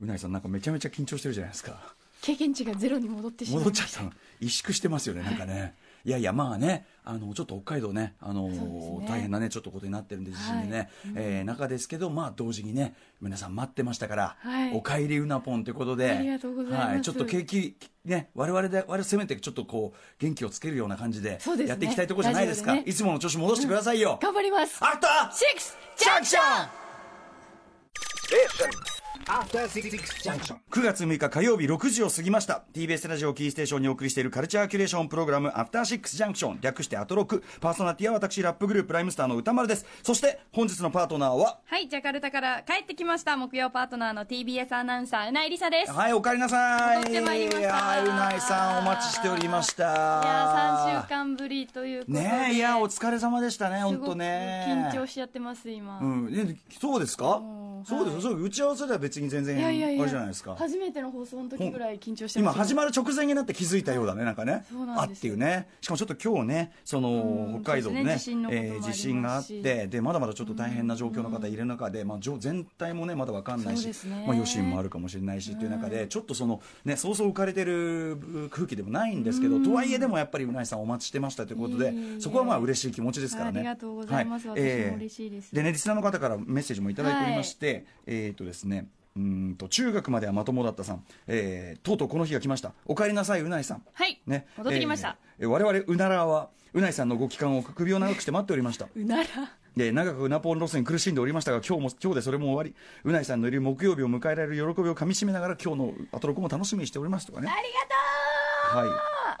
うないさんなんかめちゃめちゃ緊張してるじゃないですか経験値がゼロに戻ってしまい戻っまちゃっしたの萎縮してますよねなんかね、い、やいやまあねあのちょっと北海道ねあのそうですね大変なねちょっとことになってるんで地震でね、はいえー中ですけどまあ同時にね皆さん待ってましたから「はいおかえりうなぽん」ということでありがとうございますはい、ちょっと景気ね我々で我々せめてちょっとこう元気をつけるような感じでそうですねやっていきたいところじゃないですかラジオでねいつもの調子戻してくださいよ、頑張りますあったシックスジャンクション After Six Junction. 9月6日火曜日6時を過ぎました TBS ラジオキーステーションにお送りしているカルチャーキュレーションプログラム「アフターシックスジャンクション」略して「アトロク」パーソナリティは私ラップグループライムスターの歌丸ですそして本日のパートナーははい、ジャカルタから帰ってきました。木曜パートナーの TBS アナウンサー、うないりさです。はいおかえりなさい戻ってまいりましたはいうないさんお待ちしておりましたいいやー、3週間ぶりということで。ねえいやお疲れ様でしたねす本ご当くね緊張しちゃってます、今。うんえそうですかんそうですそう打ち合わせでは別に全然いやいやいあやれじゃないですか初めての放送の時ぐらい緊張して今ました始まる直前になって気づいたようだね、なんかねそうなあんっですていようねしかもちょっと今日ねそのうん北海道でねそうですね地震のこともありえーますし地震があってでまだまだちょっと大変な状況の方いる中で、まあ、じょ全体もねまだ分かんないそうし、ですねまあ、余震もあるかもしれないしっていう中で、ちょっとそのねそうそう浮かれてる空気でもないんですけど、とはいえでもやっぱりうないさんお待ちしてましたということで、いえいえそこはまあ嬉しい気持ちですからねありがとうございます私も嬉しいですでねリスナーの方からメッセージもいただいておりまして、えっ、とですねうーんと中学まではまともだったさん、えーとうとうこの日が来ましたお帰りなさいうないさんはいね、戻ってきました、えーえー我々うならはうないさんのご帰還を首を長くして待っておりましたうならで長くうなぽん路線に苦しんでおりましたが今日も今日でそれも終わりうないさんのいる木曜日を迎えられる喜びをかみしめながら今日のアトロクも楽しみにしておりますとかねありがとう、はい、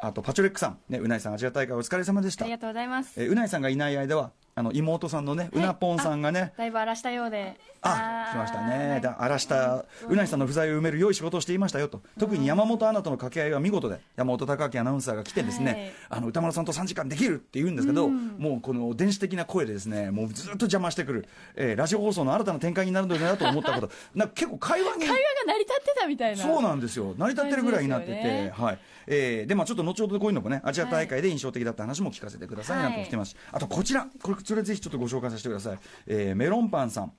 あとパチョレックさん、ね、うないさんアジア大会お疲れ様でしあたりがとうございます。えーうないさんがいない間はあの妹さんのねうなぽんさんがね、だいぶ荒らしたようで。あ来ましたね、はいだ荒らしたうないさんの不在を埋める良い仕事をしていましたよと特に山本アナとの掛け合いは見事で山本貴明アナウンサーが来てですね、あの歌丸さんと3時間できるって言うんですけど、もうこの電子的な声でですねもうずっと邪魔してくる、えーラジオ放送の新たな展開になるのではなと思った ことなんか結構会話に会話が成り立ってたみたいなそうなんですよ成り立ってるぐらいになってて、感じですよねはいえーでまあちょっと後ほどこういうのもねアジア大会で印象的だった話も聞かせてください、はいなんて来てますあとこちらこれそれぜひちょっとご紹介させてください、えーメロンパンさん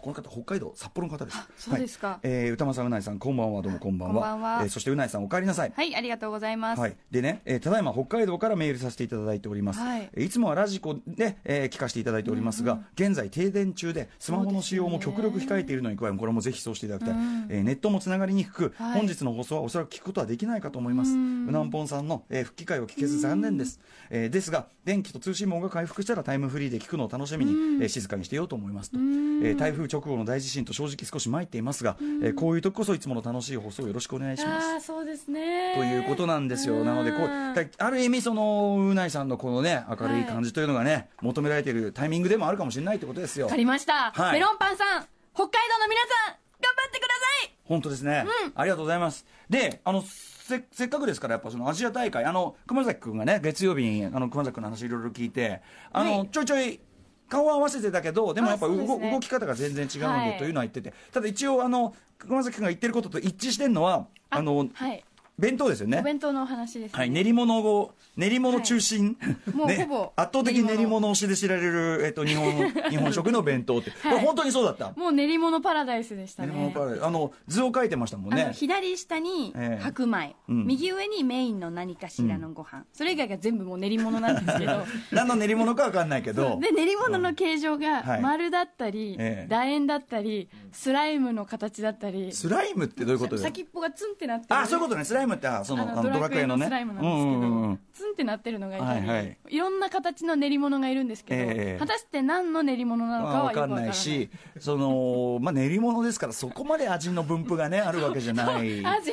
この方北海道札幌の方ですそうですかはいえー歌間さんうないさんこんばんはどうもこんばんはこんばんはえーそしてうないさんお帰りなさいはい、ありがとうございます。はい、でね、えーただいま北海道からメールさせていただいております、はいい、いつもはラジコで、えー聞かせていただいておりますが、現在停電中でスマホの使用も極力控えているのに加えこれもぜひそうしていただきたい、えーネットもつながりにくく、はい本日の放送はおそらく聞くことはできないかと思いますうなんぽんさんの、えー復帰会を聞けず残念です、えーですが電気と通信網が回復したらタイムフリーで聞くのを楽しみに、えー静かにしてようと思いますと、えー台風直後の大地震と正直少し参っていますが、えーこういう時こそいつもの楽しい放送をよろしくお願いしますああそうですねということなんですよ、なのでこうだある意味そのうないさんのこのね明るい感じというのがね、求められているタイミングでもあるかもしれないってことですよわかりました、はいメロンパンさん、北海道の皆さん、頑張ってください本当ですね、ありがとうございますであのせせっかくですからやっぱそのアジア大会あの熊崎君がね月曜日にあの熊崎君の話いろいろ聞いてあの、ちょいちょい顔は合わせてたけどでもやっぱあそうです動,、ね動き方が全然違うのはでいというのは言っててただ一応あの熊崎君が言ってることと一致してるのはあの、はい。弁当ですよねお弁当のお話です、ね。はい、練り物を練り物中心、もうほぼ圧倒的に練練りり物推しで知られる、えっと、日本 日本食の弁当って、これ本当にそうだった、もう練り物パラダイスでした練ね。り物からあの図を書いてましたもんあのね左下にええ白米、うん右上にメインの何かしらのご飯、それ以外が全部もう練り物なんですけ ど何の練り物か分かんないけどで練り物の形状はがい丸だったり、ええ楕円だったりスライムの形だったりスライムってどういうことですか先っぽがツンってなってるあそういうことねスライムってあそのあのあのドラクエのねスライムなんですけど、うんうんうんツンってなってるのがいたり、はいいはいろんな形の練り物がいるんですけど、ええ果たして何の練り物なのかまあ分はよくかわんかならないいしその、まあ、練り物ですからそこまで味の分布が ねあるわけじゃない味の形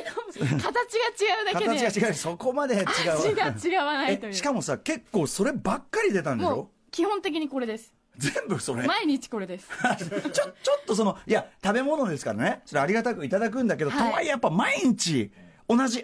が違うだけで形が違うそこまで違う味が違わないといえうしかもさ結構そればっかり出たんでしもうょ基本的にこれです全部それ毎日これです ちょちょっとそのいや食べ物ですからねそれありがたくいただくんだけど、はいとはいえやっぱ毎日同じ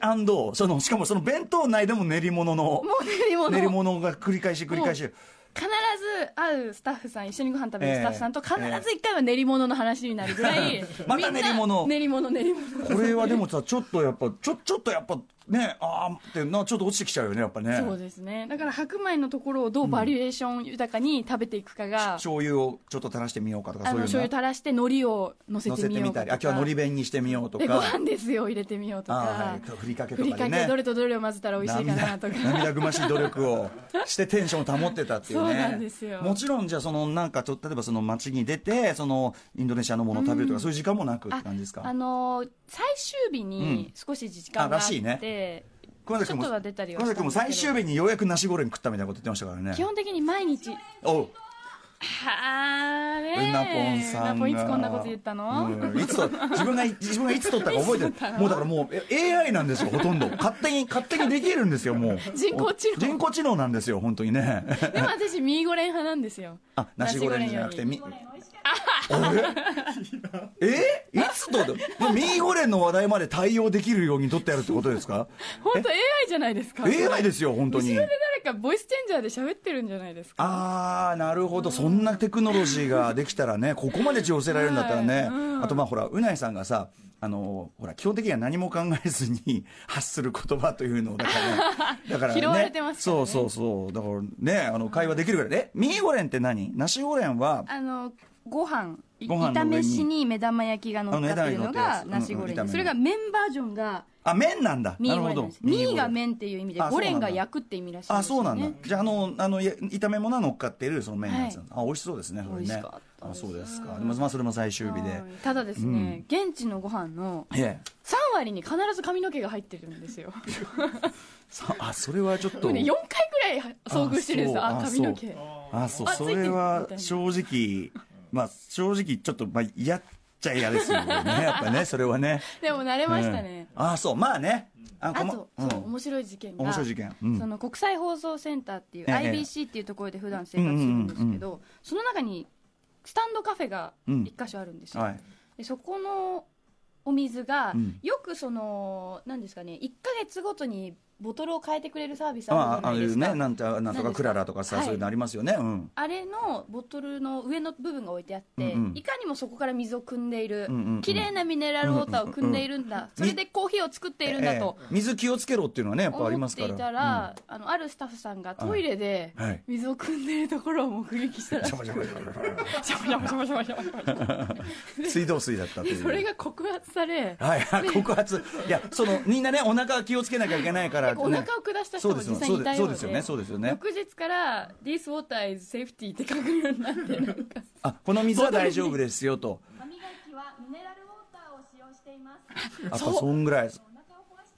そのしかもその弁当内でも練り物のもう練り物練り物が繰り返し繰り返しも必ず会うスタッフさん一緒にご飯食べるスタッフさんとええ必ず一回は練り物の話になるぐらい また練り物みんな練り物練り物これはでもさちょっとやっぱちょちょっとやっぱねああってなちょっと落ちてきちゃうよねやっぱねそうですねだから白米のところをどうバリエーション豊かに食べていくかが、醤油をちょっと垂らしてみようかとかあそうのいう醤の油垂らして海苔を乗せ乗てせみてよみうたかりとかあ今日は海苔弁にしてみようとえごか飯ですよ入れてみようとか、あーはいふりかけとふかでりねかけどれとどれを混ぜたら美味しいかなとか涙涙ぐましい努力をしてテンションを保ってたっていうそねうなんですよもちろんじゃあそのなんかちょ例えばその街に出てそのインドネシアのものを食べるとか、そういう時間もなくって感じですかあのー最終日に少し時間があっ、あらしてい熊崎君もちょっとは出たりは熊崎君もしたんで最すけど終日にようやく梨ゴレン食ったみたいなこと言ってましたからね基本的に毎日おうはあねえナポンさんナがポンいつこんなこと言ったの、うんいつと自分が自分がいつ撮ったか覚えてるもうだからもうえ AI なんですよほとんど勝手に勝手にできるんですよもう人工知能人工知能なんですよ本当にねでも私ミーゴレン派なんですよあ梨ゴレンじゃなくてナシみあれえ いつとでもミーゴレンの話題まで対応できるように撮ってやるってことですか本当 AI じゃないですか AI ですよ本当に後ろで誰かボイスチェンジャーで喋ってるんじゃないですかあーなるほどそんなテクノロジーができたらねここまで寄せられるんだったらね、あとまあほらうないさんがさあのほら基本的には何も考えずに 発する言葉というのをだからねだからね拾われてますからねそうそうそうだからねあの会話できるからねミーゴレンって何ナシゴレンはあのご飯いご飯の上炒にめしに目玉焼きが乗っかってるあのの枝に乗ったやがつナシゴレうんうん炒めンのそれが麺バージョンがあ麺なんだミなーるゴレほンなんどですミーゴレンが麺っていう意味であゴレンそうながんだ焼くって意味らしいんあですそうよなんだ、ねじゃああのあのや炒め物は乗っかっているその麺のやつなんだ、あ美味しそうですねそれ美味ねしかったあですそうですかでもまあそれも最終日ではいただですね現地のご飯のええ3割に必ず髪の毛が入ってるんですよ さあそれはちょっともうね4回ぐらい遭遇してるんですよああそう髪の毛あそうあそれはつい正直まあ正直ちょっとまあ嫌っちゃ嫌です よねやっぱねそれはねでも慣れましたね、うんあそうまあねあこあまとうんそう面白い事件が面白い事件うんその国際放送センターっていうええ IBC っていうところで普段生活するんですけどその中にスタンドカフェが一箇所あるんですよはいでそこのお水が、うんよくその何ですかね1か月ごとにボトルを変えてくれるサービスあるじあゃあないいですうかあねなんとかなんとかクララとかはさいそういうのありますよねうんれのボトルの上の部分が置いてあって、うんうんいかにもそこから水を汲んでいる、うんうんうん綺麗なミネラルウォーターを汲んでいるんだ、うんうんそれでコーヒーを作っているんだとええ水気をつけろっていうのはねやっぱあり思まっすかてらいたら、あのあるスタッフさんがトイレでうんはい水を汲んでるところを目撃したらジャバジャバジャバジャバシャバシャバシャバシャバシャバシャバ水道水だったっていうそれが告発され、はいはい告発いやそのみんなねお腹は気をつけなきゃいけないからお腹を下した人も実際にいたよそううですよねそうですよねそう翌日から「This water is safety」って書くようになってなんかあこの水は大丈夫ですよと歯磨きはミネラルウォーターを使用していますやっぱそんぐらいお腹を壊しち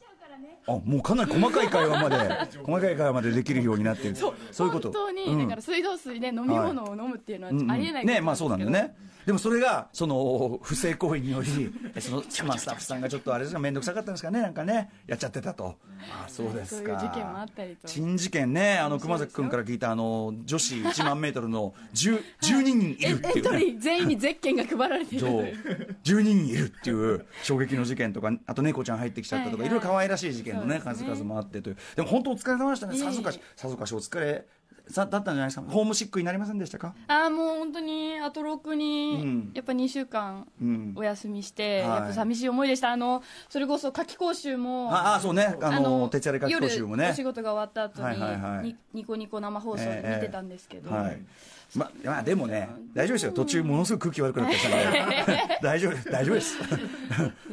ゃうからねあもうかなり細かい会話まで細かい会話までできるようになってるそういうこと本当に、だから水道水で飲み物を飲むっていうのはうんうんありえないことねまあそうなんだよですねでもそれがその不正行為により えそのまあスタッフさんがちょっとあれですか面倒くさかったんですかねなんかねやっちゃってたとあそうでけどそうすいうか事件もあったりと珍事件ねあの熊崎君から聞いたあの女子1万メートルの10 12人いるっエていントうねリー全員にゼッケンが配られているそう12人いるっていう衝撃の事件とかあと猫ちゃん入ってきちゃったとか、はいはいいろいろ可愛らしい事件のねそうです数ね々もあってというでも本当お疲れ様でしたねいえいえさぞかしさぞかしお疲れさだったんじゃないですかホームシックになりませんでしたかああもう本当にアトロクに、うんやっぱ2週間うんお休みして、はいやっぱ寂しい思いでしたあのそれこそ夏季講習もああそうねあの徹夜で書き講習も夜ねお仕事が終わった後に、はいはいはいにニコニコ生放送で見てたんですけど、はいままあでもね大丈夫ですよ途中ものすごく空気悪くなってきたんで大丈夫です大丈夫です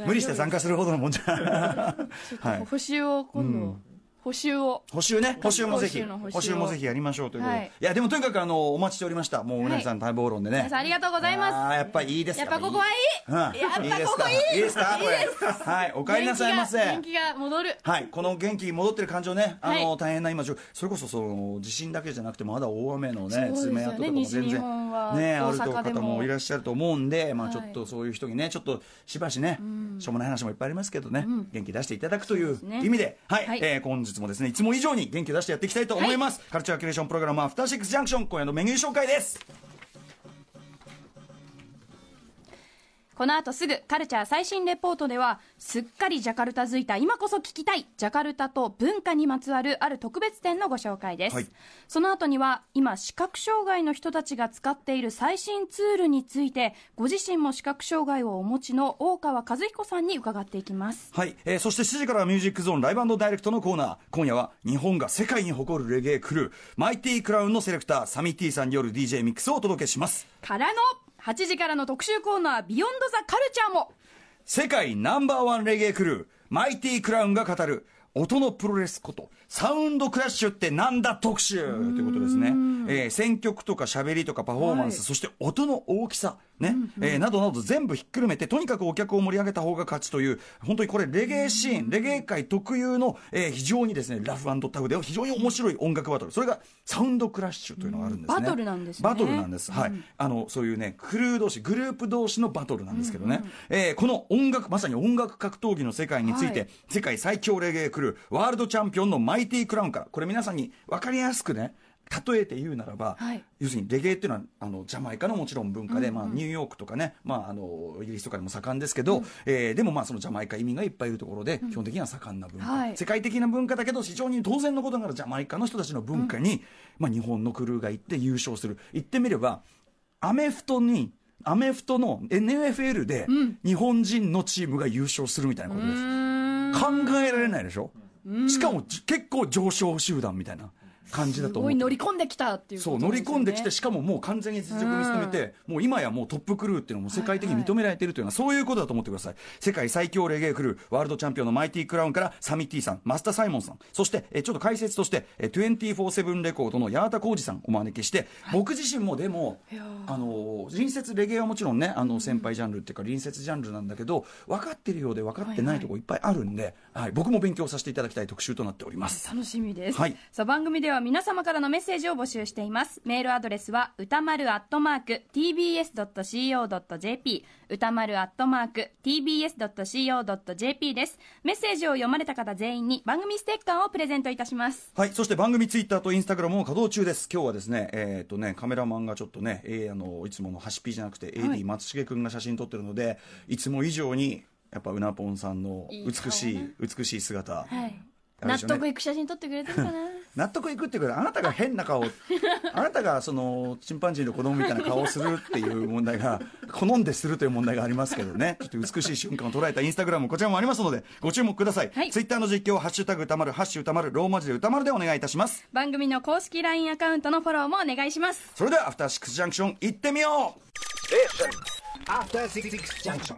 無理して参加するほどのもんじゃはい補習を今度、補習を補修ね補修もぜひ今週の補習を補修もぜひやりましょうということで、はいい、やでもとにかくあのお待ちしておりましたもううなぎさん待望論でね、皆さんありがとうございますあーやっぱいいですやっぱここはいいうん、いいですかいいですかこれはいお帰りなさいませ元気が元気が戻るはいこの元気に戻ってる感情ねあの、は大変な今じょそれこそその地震だけじゃなくてまだ大雨のねそうですよね爪痕とかも全西日然本はねあ大ると阪で方ももいらっしゃると思うんでまあはいちょっとそういう人にねちょっとしばしね、しょうもない話もいっぱいありますけどね、元気出していただくというね意味ではい、はいえー本日もですねいつも以上に元気を出してやっていきたいと思います、カルチャーキュレーションプログラム「アフターシックスジャンクション」今夜のメニュー紹介ですこの後すぐカルチャー最新レポートではすっかりジャカルタづいた今こそ聞きたいジャカルタと文化にまつわるある特別展のご紹介です、はいその後には今視覚障害の人たちが使っている最新ツールについてご自身も視覚障害をお持ちの大川和彦さんに伺っていきますはい、えーそして7時からはミュージックゾーンライブダイレクトのコーナー今夜は日本が世界に誇るレゲエクルーマイティクラウンのセレクターサミティさんによる DJ ミックスをお届けしますからの8時からの特集コーナー「ビヨンド・ザ・カルチャー」も世界ナンバーワンレゲエクルーマイティクラウンが語る音のプロレスことサウンドクラッシュってなんだ特集ということですね、えー選曲とか喋りとかパフォーマンス、そして音の大きさね、えーなどなど全部ひっくるめてとにかくお客を盛り上げた方が勝ちという本当にこれレゲエシーンレゲエ界特有の、えー非常にですねラフタフで非常に面白い音楽バトルそれがサウンドクラッシュというのがあるんですね、うんバトルなんですねバトルなんです、はいあのそういうねクルー同士グループ同士のバトルなんですけどね、えーこの音楽まさに音楽格闘技の世界について、はい世界最強レゲエクルーワールドチャンピオンのマイティクラウンからこれ皆さんに分かりやすくね例えて言うならば、はい要するにレゲエっていうのはあのジャマイカのもちろん文化で、まあ、ニューヨークとかね、まあ、あのイギリスとかでも盛んですけど、えーでもまあそのジャマイカ移民がいっぱいいるところで、基本的には盛んな文化、はい世界的な文化だけど非常に当然のことながらジャマイカの人たちの文化に、まあ、日本のクルーが行って優勝する言ってみればアメフトにアメフトの NFL で日本人のチームが優勝するみたいなことです、考えられないでしょ、しかもじ結構上昇集団みたいな感じだとす思ごうい乗り込んできたっていうこそうと乗でりすよね込んできてしかももう完全に実力を見つめて、もう今やもうトップクルーっていうのも世界的に認められているというのは、そういうことだと思ってください世界最強レゲエクルーワールドチャンピオンのマイティクラウンからサミティさんマスターサイモンさんそしてえちょっと解説としてえ247レコードの八幡浩二さんお招きして、僕自身もでもあの隣接レゲエはもちろんねあの先輩ジャンルっていうか隣接ジャンルなんだけど分かってるようで分かってないとこいっぱいあるんで、はい僕も勉強させていただきたい特集となっております楽しみです、はいさあ番組では皆様からのメッセージを募集していますメールアドレスは歌丸アットマーク tbs.co.jp 歌丸アットマーク tbs.co.jp ですメッセージを読まれた方全員に番組ステッカーをプレゼントいたしますはい、そして番組ツイッターとインスタグラムも稼働中です。今日はですね、えっ、とね、カメラマンがちょっとね、えーあのいつものハシピじゃなくて、AD 松重くんが写真撮ってるので、いつも以上にやっぱうなぽんさんの美しい美しい姿、はいあ納れですよね得いく写真撮ってくれてるかな納得いくっていうかあなたが変な顔あなたがそのチンパンジーの子供みたいな顔をするっていう問題が好んでするという問題がありますけどねちょっと美しい瞬間を捉えたインスタグラムこちらもありますのでご注目ください、はいツイッターの実況「ハッシュタグ歌丸」「ハッシュ歌丸」ローマ字で歌丸でお願いいたします 番組の公式 LINE アカウントのフォローもお願いしますそれではアフターシックスジャンクション行ってみよう After Six Junction.